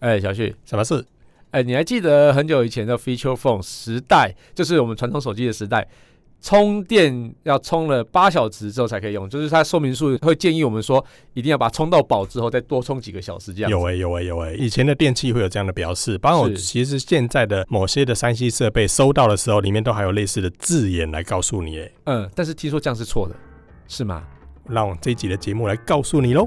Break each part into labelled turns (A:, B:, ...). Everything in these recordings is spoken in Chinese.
A: 哎、小旭，
B: 什么事？
A: 哎、你还记得很久以前的 feature phone 时代，就是我们传统手机的时代，充电要充了八小时之后才可以用，就是它说明书会建议我们说，一定要把它充到饱之后再多充几个小时这样。
B: 有诶、有诶、欸有诶、以前的电器会有这样的标示，包括
A: 是
B: 其实现在的某些的三 C 设备收到的时候，里面都还有类似的字眼来告诉你、诶，欸
A: 嗯，但是听说这样是错的，是吗？
B: 让这一集的节目来告诉你喽。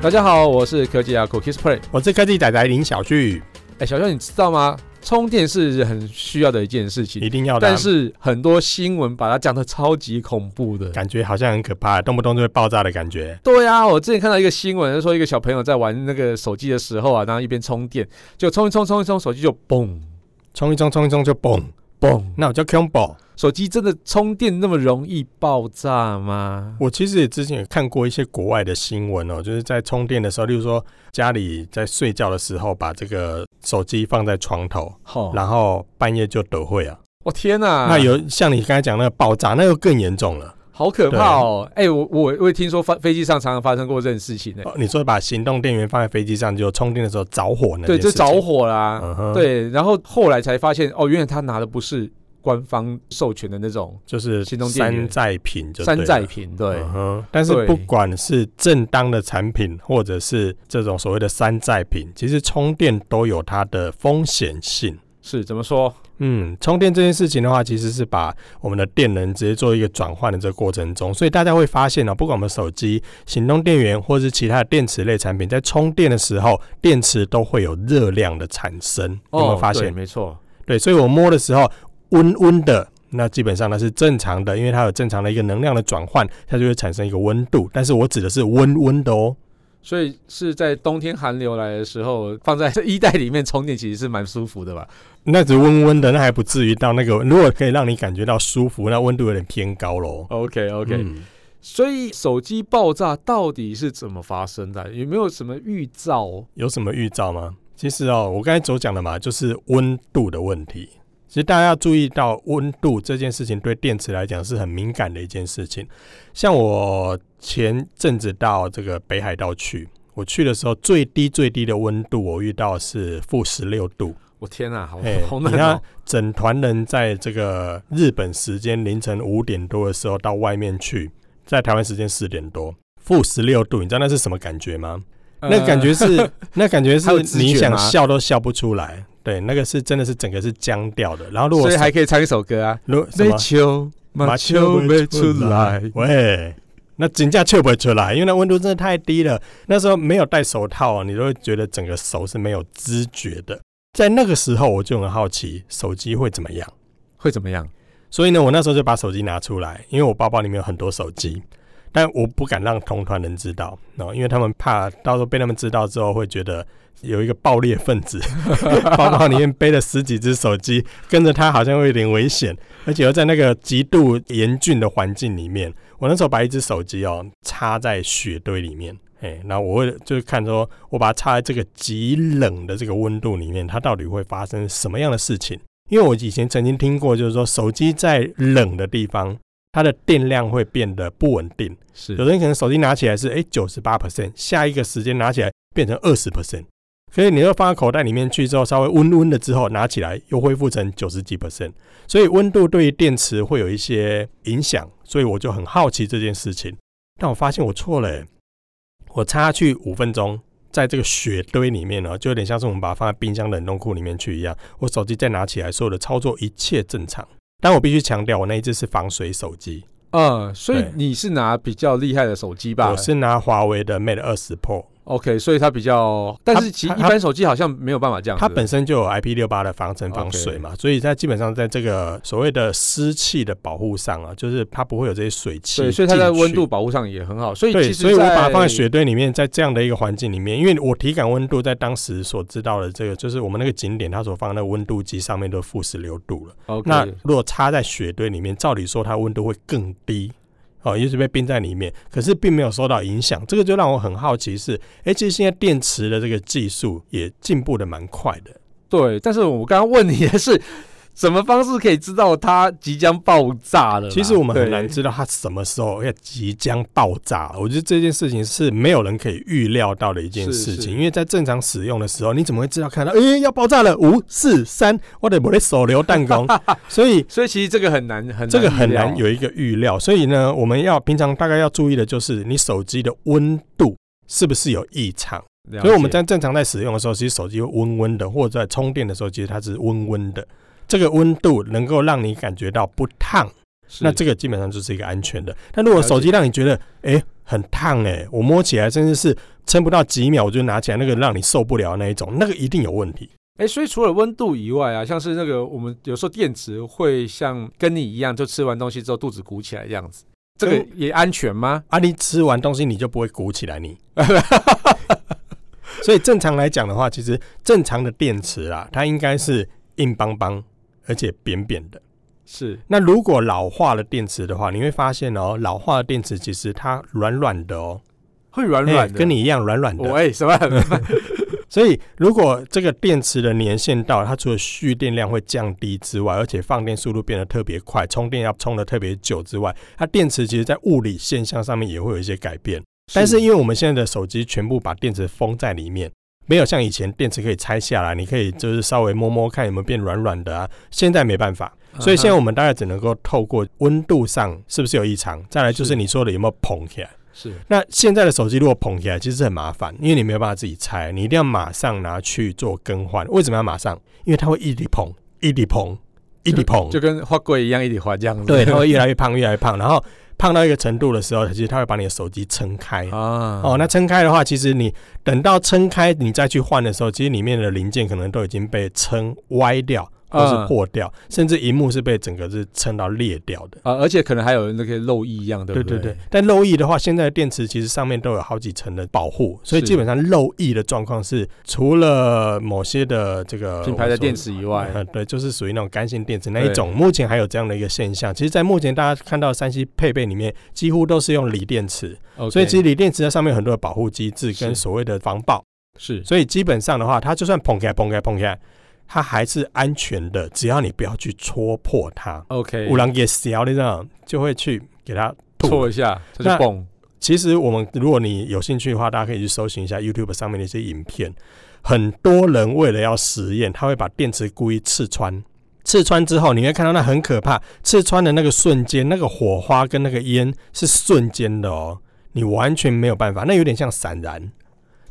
A: 大家好，我是科技阿酷 Kissplay。
B: 我是科技仔仔林小旭，
A: 哎，小肖，你知道吗？充电是很需要的一件事情，
B: 一定要的啊
A: 但是很多新闻把它讲的超级恐怖的。
B: 感觉好像很可怕，动不动就会爆炸的感觉。
A: 对啊，我之前看到一个新闻，说一个小朋友在玩那个手机的时候啊，然后一边充电，就充一充充一充，手机就嘣
B: 冲一冲，冲一冲就嘣，
A: 嘣。
B: 那我叫 combo。
A: 手机真的充电那么容易爆炸吗？
B: 我其实也之前也看过一些国外的新闻哦，就是在充电的时候，例如说家里在睡觉的时候，把这个手机放在床头，
A: 好，
B: 然后半夜就抖会啊。
A: 我、哦天哪、
B: 那有像你刚才讲那个爆炸，那又更严重了。
A: 好可怕哦！哎、我我我也听说发飞机上常常发生过这种事情呢、
B: 哦你说把行动电源放在飞机上，就充电的时候着火那
A: 对，
B: 件
A: 就
B: 事情
A: 着。火啦、
B: 嗯哼，，
A: 对，然后后来才发现，哦，原来他拿的不是官方授权的那种
B: 就是
A: 行动电源
B: 山寨品就对
A: 山
B: 了
A: 寨品，对，
B: 嗯哼，但是不管是正当的产品，或者是这种所谓的山寨品，其实充电都有它的风险性。
A: 是怎么说？
B: 嗯，充电这件事情的话，其实是把我们的电能直接做一个转换的这个过程中，所以大家会发现呢、哦不管我们手机、行动电源或是其他的电池类产品，在充电的时候，电池都会有热量的产生。有没有发
A: 哦对
B: 现？
A: 没错，
B: 对，所以我摸的时候温温的，那基本上它是正常的，因为它有正常的一个能量的转换，它就会产生一个温度。但是我指的是温温的哦。
A: 所以是在冬天寒流来的时候，放在这衣袋里面充电，其实是蛮舒服的 吧？
B: 那只温温的，那还不至于到那个。如果可以让你感觉到舒服，那温度有点偏高喽。
A: OK OK，、
B: 嗯
A: 所以手机爆炸到底是怎么发生的？有没有什么预兆？
B: 有什么预兆吗？其实哦，我刚才所讲的嘛，就是温度的问题。其实大家要注意到温度这件事情，对电池来讲是很敏感的一件事情。像我前阵子到这个北海道去，我去的时候最低最低的温度，我遇到是负十六度。
A: 我天哪、好
B: 哎
A: 好
B: 你
A: 冷
B: 看
A: 哦！
B: 整团人在这个日本时间凌晨五点多的时候到外面去，在台湾时间四点多，负十六度，你知道那是什么感觉吗？那
A: 呃
B: 感觉是， 那感觉是
A: 还有知觉
B: 你想
A: 吗
B: 笑都笑不出来。对，那个是真的是整个是僵掉的。然后如果
A: 所以
B: 是
A: 还可以唱一首歌啊，
B: 如果什
A: 没
B: 么
A: 球，马球没出来。
B: 喂，那井架却不会出来，因为那温度真的太低了。那时候没有戴手套、啊，你都会觉得整个手是没有知觉的。在那个时候，我就很好奇手机会怎么样。
A: 会怎么样？
B: 所以呢，我那时候就把手机拿出来，因为我包包里面有很多手机，但我不敢让同团人知道，然后因为他们怕到时候被他们知道之后，会觉得有一个爆裂分子 包包里面背了十几只手机，跟着他好像会有点危险，而且又在那个极度严峻的环境里面，我那时候把一只手机哦插在雪堆里面。哎，然后我会就是看说，我把它插在这个极冷的这个温度里面，它到底会发生什么样的事情？因为我以前曾经听过，就是说手机在冷的地方，它的电量会变得不稳定。
A: 是
B: 有的人可能手机拿起来是哎九十八 percent，下一个时间拿起来变成二十 percent，所以你又放到口袋里面去之后，稍微温温的之后拿起来又恢复成九十几 percent，所以温度对于电池会有一些影响，所以我就很好奇这件事情，但我发现我错了、欸我插下去五分钟。在这个雪堆里面哦呢，就有点像是我们把它放在冰箱冷冻库里面去一样。我手机再拿起来，所有的操作一切正常。但我必须强调，我那一只是防水手机，
A: 嗯，所以
B: 对
A: 你是拿比较厉害的手机吧？
B: 我是拿华为的 Mate 二十 Pro，
A: OK，所以它比较，但是其
B: 它
A: 一
B: 它
A: 般手机好像没有办法这样子。
B: 它本身就有 IP 六八的防尘防水嘛所以它基本上在这个所谓的湿气的保护上啊，就是它不会有这些水汽进
A: 对，
B: 去。
A: 所以它在温度保护上也很好。所以
B: 对，
A: 其实
B: 所以我把它
A: 在
B: 放在雪堆里面，在这样的一个环境里面，因为我体感温度在当时所知道的这个，就是我们那个景点它所放的那个温度计上面都负十六度了。
A: OK，
B: 那如果插在雪堆里面，照理说它温度会更低。哦，也就是被冰在里面，可是并没有受到影响，这个就让我很好奇是，哎、其实现在电池的这个技术也进步的蛮快的，
A: 对，但是我刚刚问你的是，什么方式可以知道它即将爆炸了啦？
B: 其实我们很难
A: 对
B: 知道它什么时候要即将爆炸。我觉得这件事情是没有人可以预料到的一件事
A: 是是
B: 情，因为在正常使用的时候，你怎么会知道看到诶、哎要爆炸了？五四三，我得我的手榴 弹弓，所以。
A: 所以其实这个很难，很难
B: 这个很
A: 预料
B: 难有一个预料，所以呢，我们要平常大概要注意的就是你手机的温度是不是有异常。
A: 了解
B: 所以我们在正常在使用的时候，其实手机会温温的，或者在充电的时候，其实它是温温的。这个温度能够让你感觉到不烫，
A: 是
B: 那这个基本上就是一个安全的。但如果手机让你觉得，哎、很烫哎、我摸起来甚至是撑不到几秒，我就拿起来那个让你受不了那一种，那个一定有问题。
A: 哎、所以除了温度以外啊，像是那个我们有时候电池会像跟你一样，就吃完东西之后肚子鼓起来这样子，这个
B: 跟
A: 也安全吗？
B: 啊，你吃完东西你就不会鼓起来你。 所以正常来讲的话，其实正常的电池啦，它应该是硬邦邦而且扁扁的。
A: 是
B: 那如果老化的电池的话，你会发现哦，老化的电池其实它软软的哦，
A: 会软软的、
B: 哎跟你一嗯样软软的。
A: 我哎、什 么
B: 所以，如果这个电池的年限到了，它除了蓄电量会降低之外，而且放电速度变得特别快，充电要充得特别久之外，它电池其实在物理现象上面也会有一些改变。但是，因为我们现在的手机全部把电池封在里面，没有像以前电池可以拆下来，你可以就是稍微摸摸看有没有变软软的啊，现在没办法。所以
A: 啊
B: 现在我们大概只能够透过温度上是不是有异常，再来就是
A: 是
B: 你说的有没有膨起来。
A: 是
B: 那现在的手机如果捧起来，其实很麻烦，因为你没有办法自己拆，你一定要马上拿去做更换。为什么要马上？因为它会一直捧，一直捧，一直捧，
A: 就跟花柜一样一体化这样子，
B: 对，它会越来越胖，越来越胖，然后胖到一个程度的时候，其实它会把你的手机撑开。
A: 啊
B: 哦，那撑开的话，其实你等到撑开，你再去换的时候，其实里面的零件可能都已经被撑歪掉，或是
A: 嗯
B: 破掉，甚至荧幕是被整个是撑到裂掉的。
A: 啊，而且可能还有那个漏液一样，对不
B: 对
A: 对，
B: 但漏液的话，现在的电池其实上面都有好几层的保护，所以
A: 是
B: 基本上漏液的状况是除了某些的这个
A: 品牌的电呃池以
B: 我
A: 外
B: 说。呃对，就是属于那种干性电池那一
A: 对
B: 种。目前还有这样的一个现象，其实，在目前大家看到三 C 配备里面，几乎都是用锂电池
A: o k
B: 所以其实锂电池在上面有很多的保护机制跟
A: 是
B: 所谓的防爆，
A: 是
B: 所以基本上的话，它就算砰开砰开砰开，它还是安全的，只要你不要去戳破它。
A: OK，
B: 五郎给小的这样就会去给它吐
A: 错一下，它
B: 那
A: 就蹦，
B: 其实我们如果你有兴趣的话，大家可以去搜寻一下 YouTube 上面的一些影片。很多人为了要实验，他会把电池故意刺穿，刺穿之后你会看到那很可怕，刺穿的那个瞬间，那个火花跟那个烟是瞬间的哦，你完全没有办法，那有点像闪燃，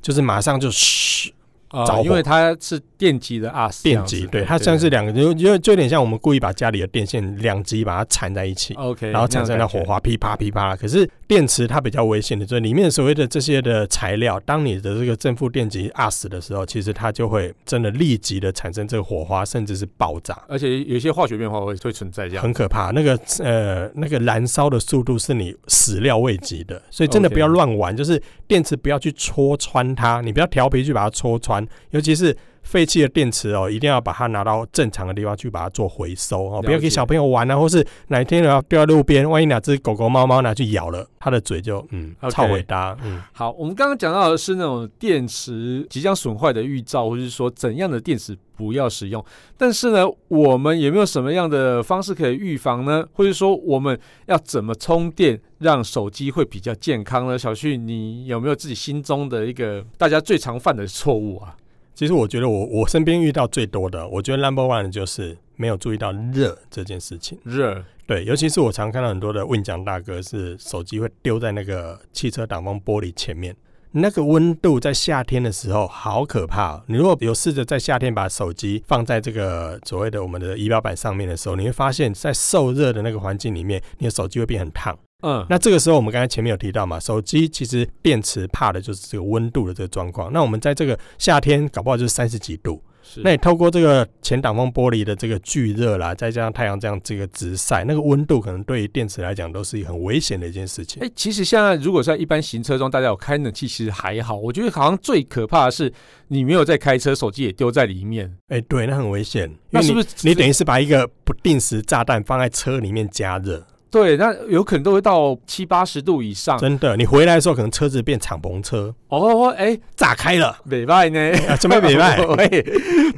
B: 就是马上就嘘
A: 啊
B: 着火
A: 因为它是电极的 R
B: 电极，对，它像是两个，就就就有点像我们故意把家里的电线两极把它缠在一起。
A: OK，
B: 然后产生了火花，噼啪噼啪。可是电池它比较危险的，就是里面所谓的这些的材料，当你的这个正负电极压死的时候，其实它就会真的立即的产生这个火花，甚至是爆炸，
A: 而且有一些化学变化会会存在这样。
B: 很可怕。那个呃，那个燃烧的速度是你始料未及的，所以真的
A: OK
B: 不要乱玩就是电池不要去戳穿它，你不要调皮去把它戳穿，尤其是。废弃的电池哦，一定要把它拿到正常的地方去把它做回收哦，
A: 了解
B: 不要给小朋友玩啊，或是哪一天要掉在路边，万一哪只狗狗、猫猫拿去咬了，它的嘴就嗯
A: OK
B: 超伟大，嗯，
A: 好，我们刚刚讲到的是那种电池即将损坏的预兆，或是说怎样的电池不要使用。但是呢，我们有没有什么样的方式可以预防呢？或者说我们要怎么充电，让手机会比较健康呢？小旭，你有没有自己心中的一个大家最常犯的错误啊？
B: 其实我觉得我我身边遇到最多的，我觉得 number one 的就是没有注意到热这件事情。
A: 热
B: 对，尤其是我常看到很多的问奖大哥是手机会丢在那个汽车挡风玻璃前面，那个温度在夏天的时候好可怕哦、你如果有试着在夏天把手机放在这个所谓的我们的仪表板上面的时候，你会发现在受热的那个环境里面，你的手机会变很烫。
A: 嗯，
B: 那这个时候，我们刚才前面有提到嘛，手机其实电池怕的就是这个温度的这个状况。那我们在这个夏天，搞不好就是三十几度，
A: 是
B: 那你透过这个前挡风玻璃的这个聚热啦，再加上太阳这样这个直晒，那个温度可能对于电池来讲都是一个很危险的一件事情
A: 哎、。其实现在如果在一般行车中，大家有开冷气，其实还好。我觉得好像最可怕的是你没有在开车，手机也丢在里面，
B: 哎、对，那很危险。因
A: 那
B: 为
A: 是
B: 你
A: 不是
B: 你等于是把一个不定时炸弹放在车里面加热？
A: 对？那有可能都会到七八十度以上。
B: 真的，你回来的时候可能车子变敞篷车，
A: 哦，哎、
B: 炸开了，
A: 美败呢？
B: 啊，准备北 卖，
A: 喂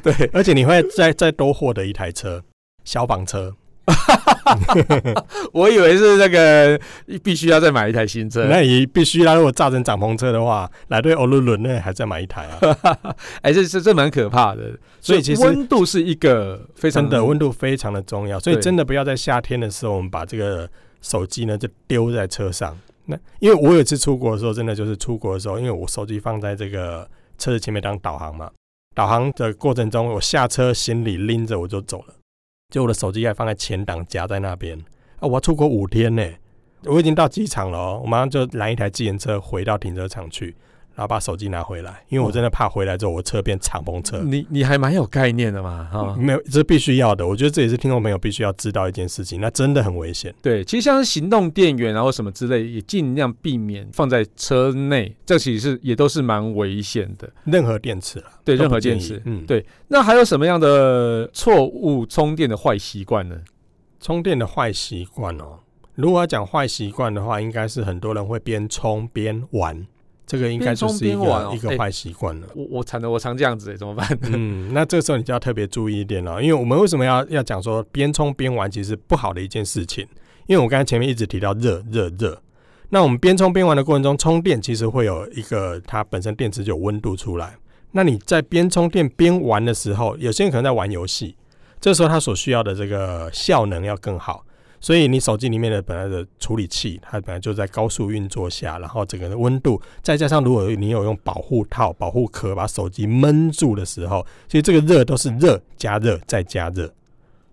A: 对，
B: 而且你会再再多获得一台车，消防车。
A: 我以为是那个必须要再买一台新车，
B: 那你必须啦，如果炸成敞篷车的话，来对欧陆伦那还再买一台啊。
A: 哎、这这这蛮可怕的。
B: 所以其实
A: 温度是一个非常
B: 真的温度非常的重要，所以
A: 对
B: 真的不要在夏天的时候，我们把这个手机呢就丢在车上。那因为我有一次出国的时候，真的就是出国的时候，因为我手机放在这个车子前面当导航嘛，导航的过程中，我下车行李拎着我就走了，就我的手机还放在前挡夹在那边啊，我要出国五天呢、我已经到机场了、哦，我马上就拦一台计程车回到停车场去，然后把手机拿回来，因为我真的怕回来之后我车变敞篷车。
A: 你你还蛮有概念的嘛，哈、
B: 没有，这必须要的。我觉得这也是听众朋友必须要知道一件事情，那真的很危险。
A: 对，其实像是行动电源啊或什么之类，也尽量避免放在车内，这其实是也都是蛮危险的。
B: 任何电池啊，
A: 对，
B: 都
A: 任
B: 不
A: 何
B: 建
A: 电
B: 议
A: 池。
B: 嗯，
A: 对那还有什么样的错误充电的坏习惯呢？
B: 充电的坏习惯哦。如果要讲坏习惯的话，应该是很多人会边充边玩，这个应该就是一
A: 边充边玩
B: 个、
A: 哦
B: 一
A: 哎
B: 个坏习惯了。
A: 我我惨了，我常这样子、欸怎么办？
B: 嗯，那这个时候你就要特别注意一点了，因为我们为什么要要讲说边充边玩其实不好的一件事情？因为我刚才前面一直提到热热热，那我们边充边玩的过程中，充电其实会有一个它本身电池就有温度出来。那你在边充电边玩的时候，有些人可能在玩游戏，这时候它所需要的这个效能要更好，所以你手机里面的本来的处理器，它本来就在高速运作下，然后整个的温度，再加上如果你有用保护套、保护壳把手机闷住的时候，其实这个热都是热加热再加热，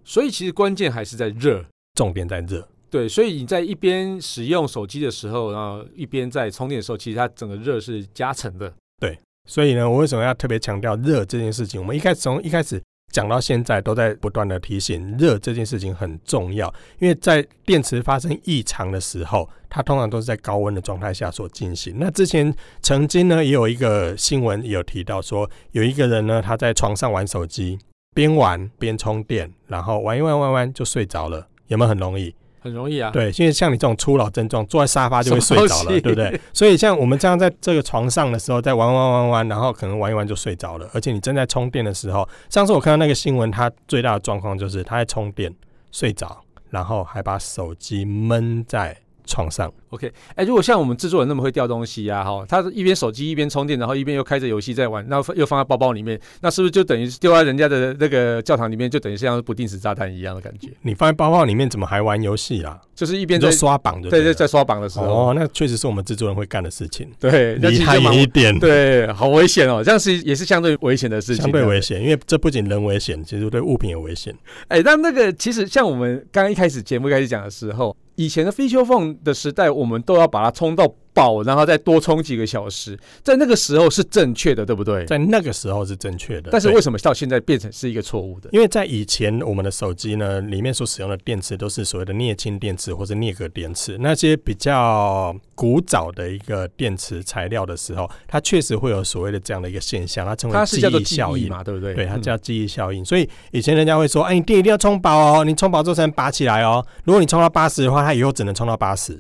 A: 所以其实关键还是在热。
B: 重点在热。
A: 对，所以你在一边使用手机的时候，然后一边在充电的时候，其实它整个热是加成的。
B: 所以呢，我为什么要特别强调热这件事情？我们一开始从一开始讲到现在，都在不断的提醒热这件事情很重要，因为在电池发生异常的时候，它通常都是在高温的状态下所进行。那之前曾经呢，也有一个新闻也有提到说，有一个人呢，他在床上玩手机，边玩边充电，然后玩一玩玩一玩就睡着了，有没有很容易？
A: 很容易啊，
B: 对，因为像你这种初老症状，坐在沙发就会睡着
A: 什么东
B: 了，
A: 西
B: 对不对？所以像我们这样在这个床上的时候，在玩玩玩玩，然后可能玩一玩就睡着了。而且你正在充电的时候，上次我看到那个新闻，它最大的状况就是它在充电睡着，然后还把手机闷在床上。
A: 哎、如果像我们制作人那么会掉东西啊，哈，他一边手机一边充电，然后一边又开着游戏在玩，那又放在包包里面，那是不是就等于是丢在人家的那个教堂里面，就等于像不定时炸弹一样的感觉？
B: 你放在包包里面怎么还玩游戏啦？
A: 就是一
B: 你
A: 边在
B: 就刷榜就
A: 对
B: 对
A: 对在
B: 了
A: 刷榜的时候，
B: 哦，那确实是我们制作人会干的事情，
A: 对，那
B: 离
A: 其实
B: 他
A: 就蛮
B: 远一点，，
A: 对，好危险哦，这样是也是相对危险的事情，啊
B: 相对
A: 这样
B: 危险，因为这不仅人危险，其实对物品也危险。
A: 哎，那那个其实像我们刚刚一开始节目开始讲的时候，以前的 feature phone 的时代，我们都要把它充到饱，然后再多充几个小时，在那个时候是正确的，对不对？
B: 在那个时候是正确的，
A: 但是
B: 对
A: 为什么到现在变成是一个错误的？
B: 因为在以前，我们的手机呢，里面所使用的电池都是所谓的镍氢电池或者镍镉电池，那些比较古早的一个电池材料的时候，它确实会有所谓的这样的一个现象，它称为
A: 它是叫做记
B: 效
A: 忆
B: 应。
A: 嘛，对不对？
B: 对，它
A: 嗯
B: 叫记忆效应。所以以前人家会说，哎，你电一定要充饱哦，你充饱之后才能拔起来哦。如果你充到八十的话，它以后只能充到八十。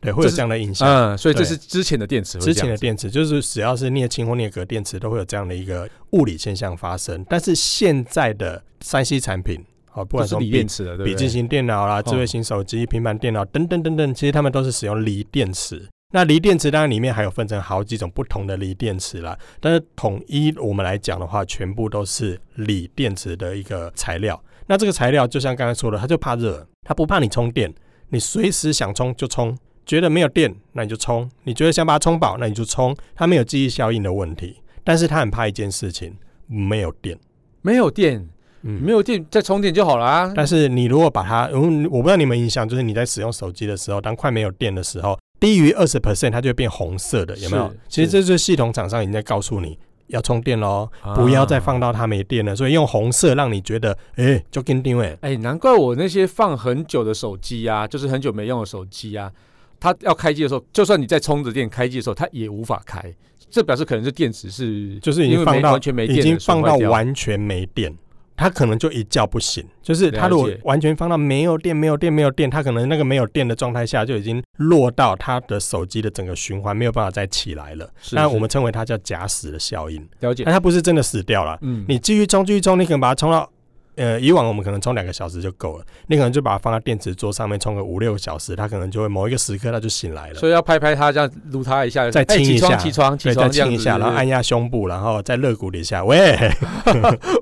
B: 对，会有
A: 这是
B: 这样的印象。
A: 嗯，所以这
B: 对
A: 是之前的电池会这
B: 之
A: 样子，
B: 前的电池就是只要是镍氢或镍镉电池都会有这样的一个物理现象发生，但是现在的三 C 产品，好、不
A: 都
B: 管
A: 是
B: 从
A: 锂
B: 笔
A: 电池的，对哦
B: 笔
A: 不
B: 记
A: 对？
B: 型电脑啦、智慧型手机、平板电脑等等等等，其实它们都是使用锂电池。那锂电池当然里面还有分成好几种不同的锂电池啦，但是统一我们来讲的话，全部都是锂电池的一个材料。那这个材料就像刚才说的，它就怕热，它不怕你充电，你随时想充就充，觉得没有电那你就充，你觉得想把它充饱那你就充，它没有记忆效应的问题。但是它很怕一件事情，没有电。
A: 没有电，
B: 嗯
A: 没有电再充电就好了啊。
B: 但是你如果把它，嗯，我不知道你们印象，就是你在使用手机的时候，当快没有电的时候，低于二十 percent 它就会变红色的，有没有
A: 是？
B: 其实这就是系统厂商已经在告诉你要充电喽，
A: 啊
B: 不要再放到它没电了。所以用红色让你觉得，哎、就跟定位，
A: 哎、难怪我那些放很久的手机啊，就是很久没用的手机啊，它要开机的时候，就算你在充着电开机的时候，它也无法开。这表示可能是电池是
B: 就是已
A: 因
B: 经
A: 为
B: 放
A: 没
B: 到
A: 完全没电
B: 已
A: 了，
B: 经放到
A: 损坏掉
B: 完全没电，它可能就一觉不醒。就是它
A: 了
B: 如果
A: 解
B: 完全放到没有电、没有电、没有电，它可能那个没有电的状态下就已经落到它的手机的整个循环，没有办法再起来了。
A: 是
B: 那我
A: 是
B: 们称为它叫假死的效应，
A: 了解
B: 但，它不是真的死掉了。
A: 嗯，
B: 你继续充，继续充，你可能把它充到。呃，以往我们可能充两个小时就够了，你可能就把它放到电池桌上面充个五六个小时，它可能就会某一个时刻它就醒来了。
A: 所以要拍拍它，这样撸它一下，
B: 再
A: 哎
B: 亲
A: 起
B: 一
A: 床
B: 下
A: 起床起
B: 对，再
A: 床，这样
B: 亲一
A: 子
B: 下，然后按压胸部，然后在肋骨底下，喂，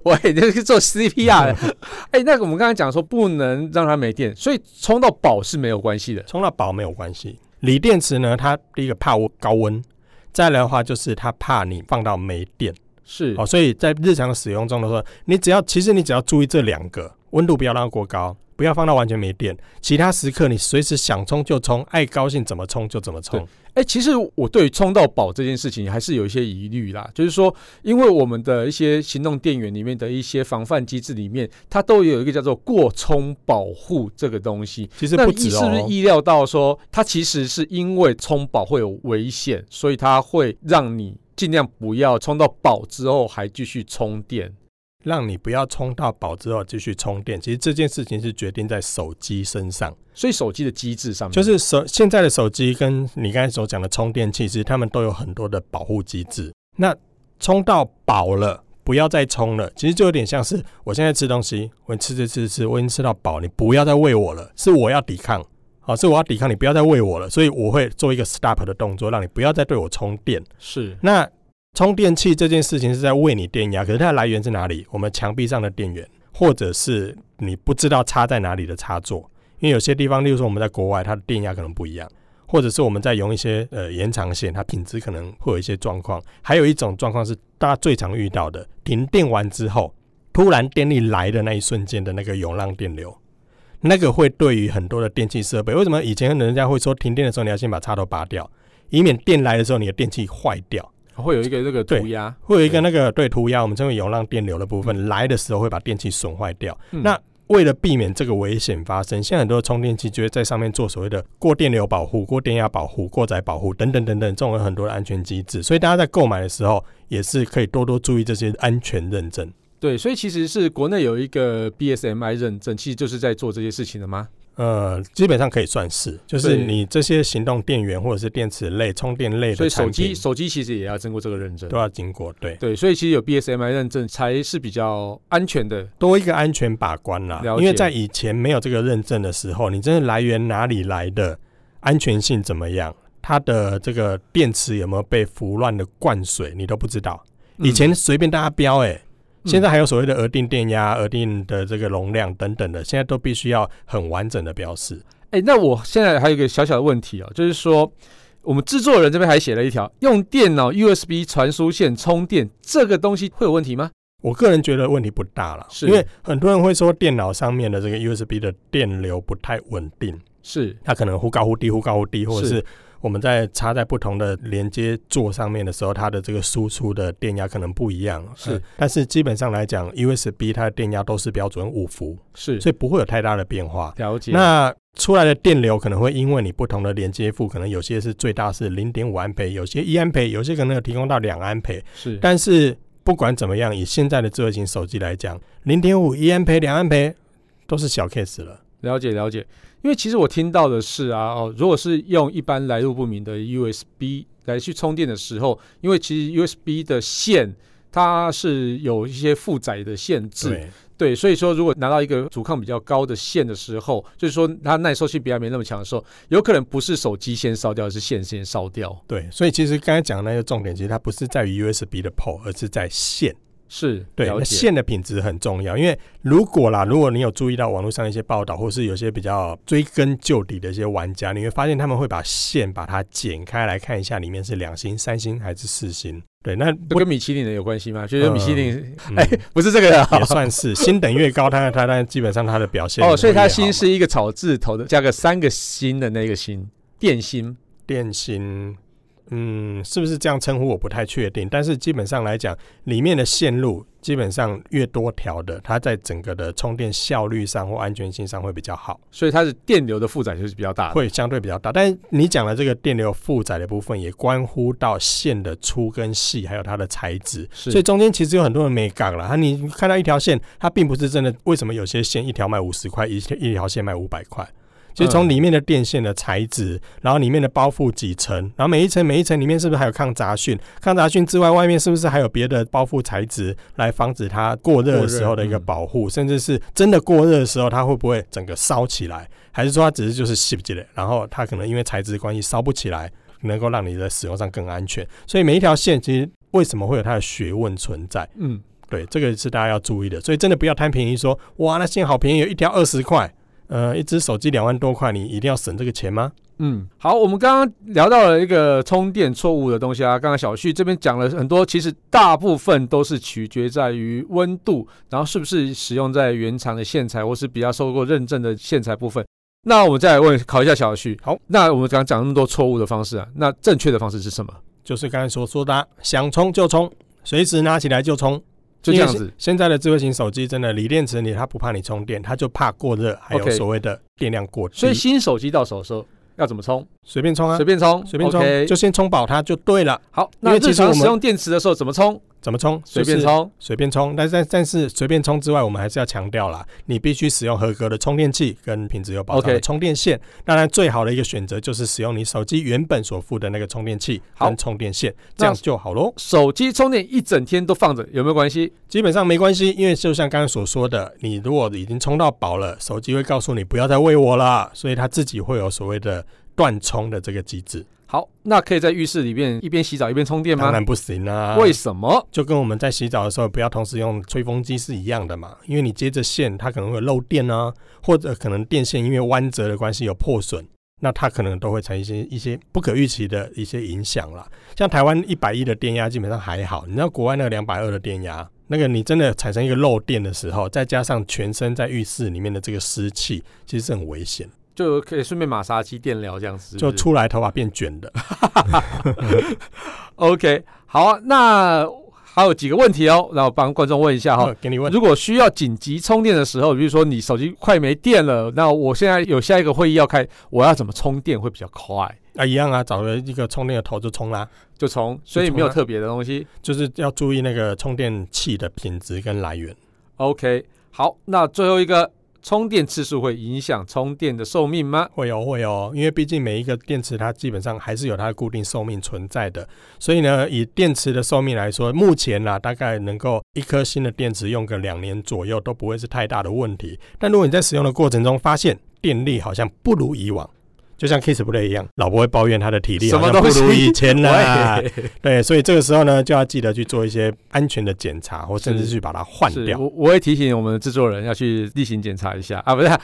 A: 喂， 你这是做 CPR 的。哎、那个我们刚才讲说不能让它没电，所以充到饱是没有关系的。
B: 充到饱没有关系。锂电池呢，它第一个怕高温，再来的话就是它怕你放到没电。
A: 是，
B: 哦，所以在日常使用中的时候，你只要其实你只要注意这两个，温度不要让它过高，不要放到完全没电，其他时刻你随时想充就充，爱高兴怎么充就怎么充
A: 对。哎、其实我对于充到饱这件事情还是有一些疑虑啦，就是说，因为我们的一些行动电源里面的一些防范机制里面，它都有一个叫做过充保护这个东西。
B: 其实
A: 那
B: 不
A: 你
B: 止
A: 是不是
B: 哦，
A: 意料到说，它其实是因为充饱会有危险，所以它会让你尽量不要充到饱之后还继续充电？
B: 让你不要充到饱之后继续充电。其实这件事情是决定在手机身上。
A: 所以手机的机制上面
B: 就是手现在的手机跟你刚才所讲的充电器，其实它们都有很多的保护机制。那充到饱了，不要再充了，其实就有点像是我现在吃东西，我吃吃吃吃，我已经吃到饱，你不要再喂我了，是我要抵抗。好，是我要抵抗你，不要再喂我了，所以我会做一个 stop 的动作，让你不要再对我充电。
A: 是
B: 那充电器这件事情是在为你电压，可是它的来源是哪里？我们墙壁上的电源，或者是你不知道插在哪里的插座，因为有些地方，例如说我们在国外，它的电压可能不一样，或者是我们在用一些呃延长线，它品质可能会有一些状况。还有一种状况是大家最常遇到的，停电完之后，突然电力来的那一瞬间的那个涌浪电流。那个会对于很多的电器设备，为什么以前人家会说停电的时候你要先把插头拔掉，以免电来的时候你的电器坏掉？
A: 会有一个这个
B: 对
A: 涂鸦，
B: 会有一个那个对涂鸦，我们称为涌浪电流的部分，来的时候会把电器损坏掉。
A: 嗯
B: 那为了避免这个危险发生，现在很多充电器就会在上面做所谓的过电流保护、过电压保护、过载保护等等等等，这种有很多的安全机制。所以大家在购买的时候，也是可以多多注意这些安全认证。
A: 对，所以其实是国内有一个 BSMI 认证，其实就是在做这些事情的吗？
B: 呃，基本上可以算是，就是
A: 对
B: 你这些行动电源或者是电池类、充电类
A: 所
B: 的
A: 以手
B: 产
A: 机
B: 品
A: 手机其实也要经过这个认证
B: 都。要经过对。
A: 对，所以其实有 BSMI 认证才是比较安全的。
B: 多一个安全把关啦
A: 了，解
B: 因为在以前没有这个认证的时候，你真的来源哪里来的，安全性怎么样，它的这个电池有没有被腐乱的灌水，你都不知道。以前随便大家标、欸，
A: 嗯
B: 现在还有所谓的额定电压、额定的这个容量等等的，现在都必须要很完整的标示。
A: 哎、那我现在还有一个小小的问题哦，就是说我们制作人这边还写了一条，用电脑 USB 传输线充电这个东西会有问题吗？
B: 我个人觉得问题不大了，
A: 是
B: 因为很多人会说电脑上面的这个 USB 的电流不太稳定，
A: 是
B: 它可能忽高忽低，忽高忽低，或者
A: 是
B: 是我们在插在不同的连接座上面的时候，它的这个输出的电压可能不一样。
A: 是
B: 呃但是基本上来讲，USB 它的电压都是标准五伏，
A: 是，
B: 所以不会有太大的变化。
A: 了解。
B: 那出来的电流可能会因为你不同的连接副，可能有些是最大是零点五安培，有些一安培，有些可能有提供到两安培。
A: 是
B: 但是不管怎么样，以现在的智慧型手机来讲，零点五、一安培、两安培都是小 case 了。
A: 了解了解，因为其实我听到的是啊，哦，如果是用一般来路不明的 USB 来去充电的时候，因为其实 USB 的线它是有一些负载的限制，
B: 对。
A: 对所以说如果拿到一个阻抗比较高的线的时候，就是说它耐受性比较没那么强的时候，有可能不是手机先烧掉，而是线先烧掉。
B: 对，所以其实刚才讲的那个重点，其实它不是在于 USB 的 port，而是在线。
A: 是，
B: 对，
A: 了
B: 那
A: 解，
B: 线的品质很重要，因为如果啦，如果你有注意到网络上一些报道，或是有些比较追根究底的一些玩家，你会发现他们会把线把它剪开来看一下，里面是两星、三星还是四星。对，那
A: 这
B: 不
A: 跟米其林的有关系吗？就是米其林，
B: 嗯
A: 哎，不是这个啊
B: 也算是薪等越高，它它但基本上它的表现
A: 哦，所以它
B: 薪
A: 星是一个草字头的，加个三个星的那个星，电星。
B: 电薪，嗯，是不是这样称呼我不太确定，但是基本上来讲，里面的线路基本上越多条的，它在整个的充电效率上或安全性上会比较好，
A: 所以它是电流的负载就是比较大的，
B: 会相对比较大。但是你讲的这个电流负载的部分，也关乎到线的粗跟细，还有它的材质。
A: 是
B: 所以中间其实有很多人没杠了。它你看到一条线，它并不是真的。为什么有些线一条卖五十块，一一条线卖五百块？就是从里面的电线的材质，然后里面的包覆几层，然后每一层每一层里面是不是还有抗杂讯？抗杂讯之外，外面是不是还有别的包覆材质来防止它过热嗯的时候的一个保护？甚至是真的呃过热的时候，它会不会整个烧起来？还是说它只是就是吸不起来，然后它可能因为材质关系烧不起来，能够让你在使用上更安全？所以每一条线其实为什么会有它的学问存在？
A: 嗯，
B: 对，这个是大家要注意的。所以真的不要贪便宜说，哇，那线好便宜，有一条二十块，呃，一只手机两万多块，你一定要省这个钱吗？
A: 嗯，好，我们刚刚聊到了一个充电错误的东西啊。刚刚小旭这边讲了很多，其实大部分都是取决在于温度，然后是不是使用在原厂的线材或是比较受过认证的线材部分。那我们再来问考一下小旭，
B: 好，
A: 那我们刚刚讲那么多错误的方式啊，那正确的方式是什么？
B: 就是刚才所说的啊、想充就充，随时拿起来就充，
A: 就这样
B: 因为
A: 子
B: 现。现在的智慧型手机真的锂电池里它不怕你充电，它就怕过热，还有
A: OK
B: 所谓的电量过低，
A: 所以新手机到手的时候要怎么充？
B: 随便充啊
A: 随，便充，
B: 随便充
A: OK，
B: 就先充饱它就对了。
A: 好，
B: 因
A: 那
B: 为其
A: 日
B: 实我
A: 常
B: 们
A: 使用电池的时候怎么充？
B: 怎么充？
A: 随便
B: 就是
A: 充。
B: 随便充，但但但是随便充之外，我们还是要强调啦，你必须使用合格的充电器跟品质有保障的
A: OK
B: 充电线。当然，最好的一个选择就是使用你手机原本所附的那个充电器
A: 好
B: 跟充电线，
A: 那
B: 这样就好喽。
A: 手机充电一整天都放着有没有关系？
B: 基本上没关系，因为就像刚刚所说的，你如果已经充到饱了，手机会告诉你不要再喂我了，所以它自己会有所谓的断充的这个机制。
A: 好，那可以在浴室里面一边洗澡一边充电
B: 当
A: 吗？
B: 然不行啊，
A: 为什么？
B: 就跟我们在洗澡的时候不要同时用吹风机是一样的嘛，因为你接着线它可能会漏电啊，或者可能电线因为弯折的关系有破损，那它可能都会产生一些一些不可预期的一些影响啦。像台湾一百一的电压基本上还好，你知道国外那个两百二的电压，那个你真的产生一个漏电的时候，再加上全身在浴室里面的这个湿气，其实是很危险，
A: 就可以顺便马杀鸡电疗这样子，
B: 就是
A: 不是
B: 出来头发变卷的。
A: OK。好啊，那还有几个问题哦，那我帮观众问一下哈、
B: 好， 给你呃问，
A: 如果需要紧急充电的时候，比如说你手机快没电了，那我现在有下一个会议要开，我要怎么充电会比较快？
B: 啊，一样啊，找了一个充电的头就充啦、
A: 就充，所以
B: 就充啊
A: 没有特别的东 西。
B: 就是要注意那个充电器的品质跟来源。
A: OK，好，那最后一个，充电次数会影响充电的寿命吗？
B: 会有会有，因为毕竟每一个电池它基本上还是有它的固定寿命存在的，所以呢，以电池的寿命来说，目前啦大概能够一颗新的电池用个两年左右都不会是太大的问题。但如果你在使用的过程中发现电力好像不如以往，就像 Kiss Play 一样，老婆会抱怨她的体力
A: 什
B: 好
A: 么
B: 像不
A: 东
B: 如
A: 西
B: 以前啦。
A: 喂
B: 对，所以这个时候呢，就要记得去做一些安全的检查，或甚至
A: 是
B: 去把它换
A: 是
B: 掉。
A: 我我会提醒我们制作人要去例行检查一下啊，不是啊、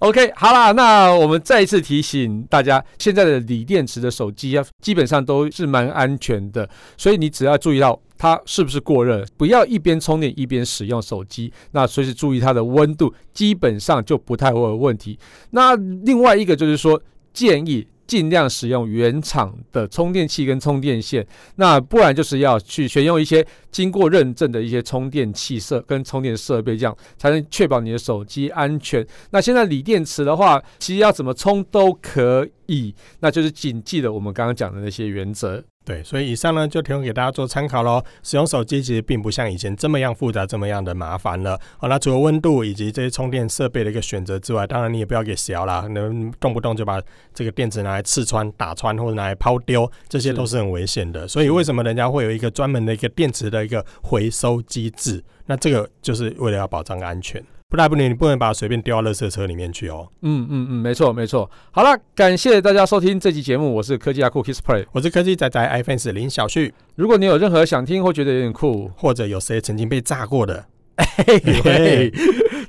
A: OK，好 啦，那我们再一次提醒大家，现在的锂电池的手机啊，基本上都是蛮安全的，所以你只要注意到它是不是过热，不要一边充电一边使用手机，那随时注意它的温度，基本上就不太会有问题。那另外一个就是说，建议。尽量使用原厂的充电器跟充电线，那不然就是要去选用一些经过认证的一些充电器设跟充电设备，这样才能确保你的手机安全。那现在锂电池的话，其实要怎么充都可以，那就是谨记了我们刚刚讲的那些原则。
B: 对，所以以上呢就提供给大家做参考喽。使用手机其实并不像以前这么样复杂、这么样的麻烦了。好、那除了温度以及这些充电设备的一个选择之外，当然你也不要给小啦，能动不动就把这个电池拿来刺穿、打穿或者拿来抛丢，这些
A: 是
B: 都是很危险的。所以为什么人家会有一个专门的一个电池的一个回收机制？那这个就是为了要保障安全，不然不能你不能把它随便丢到垃圾车里面去哦。
A: 嗯嗯嗯，没错没错。好了，感谢大家收听这期节目，我是科技阿酷 Kissplay。
B: 我是科技仔仔 iPhone 林小旭，
A: 如果你有任何想听或觉得有点酷，
B: 或者有谁曾经被炸过的，
A: 嘿嘿，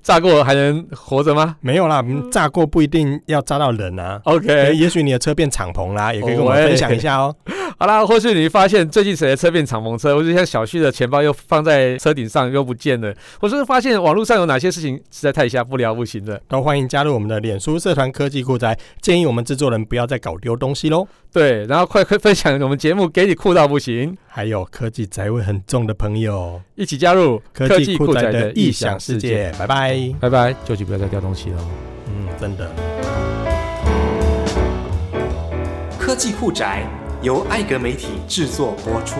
A: 炸过还能活着吗
B: 没有啦，嗯炸过不一定要炸到人啊。诶
A: ？OK，
B: 也许你的车变敞篷啦，也可以跟我
A: 哦
B: 们
A: 喂
B: 分享一下哦。
A: 好啦，或是你发现最近谁的车变敞篷车，或是像小旭的钱包又放在车顶上又不见了，或是发现网络上有哪些事情实在太下不了不行了。
B: 都欢迎加入我们的脸书社团科技酷宅，建议我们制作人不要再搞丢东西喽。
A: 对，然后快快分享我们节目给你酷到不行，
B: 还有科技宅味很重的朋友，
A: 一起加入
B: 科技酷宅的异想世。界，拜拜。
A: 拜拜，究竟不要再掉东西了。
B: 嗯，真的。
C: 科技酷宅由艾格媒体制作播出。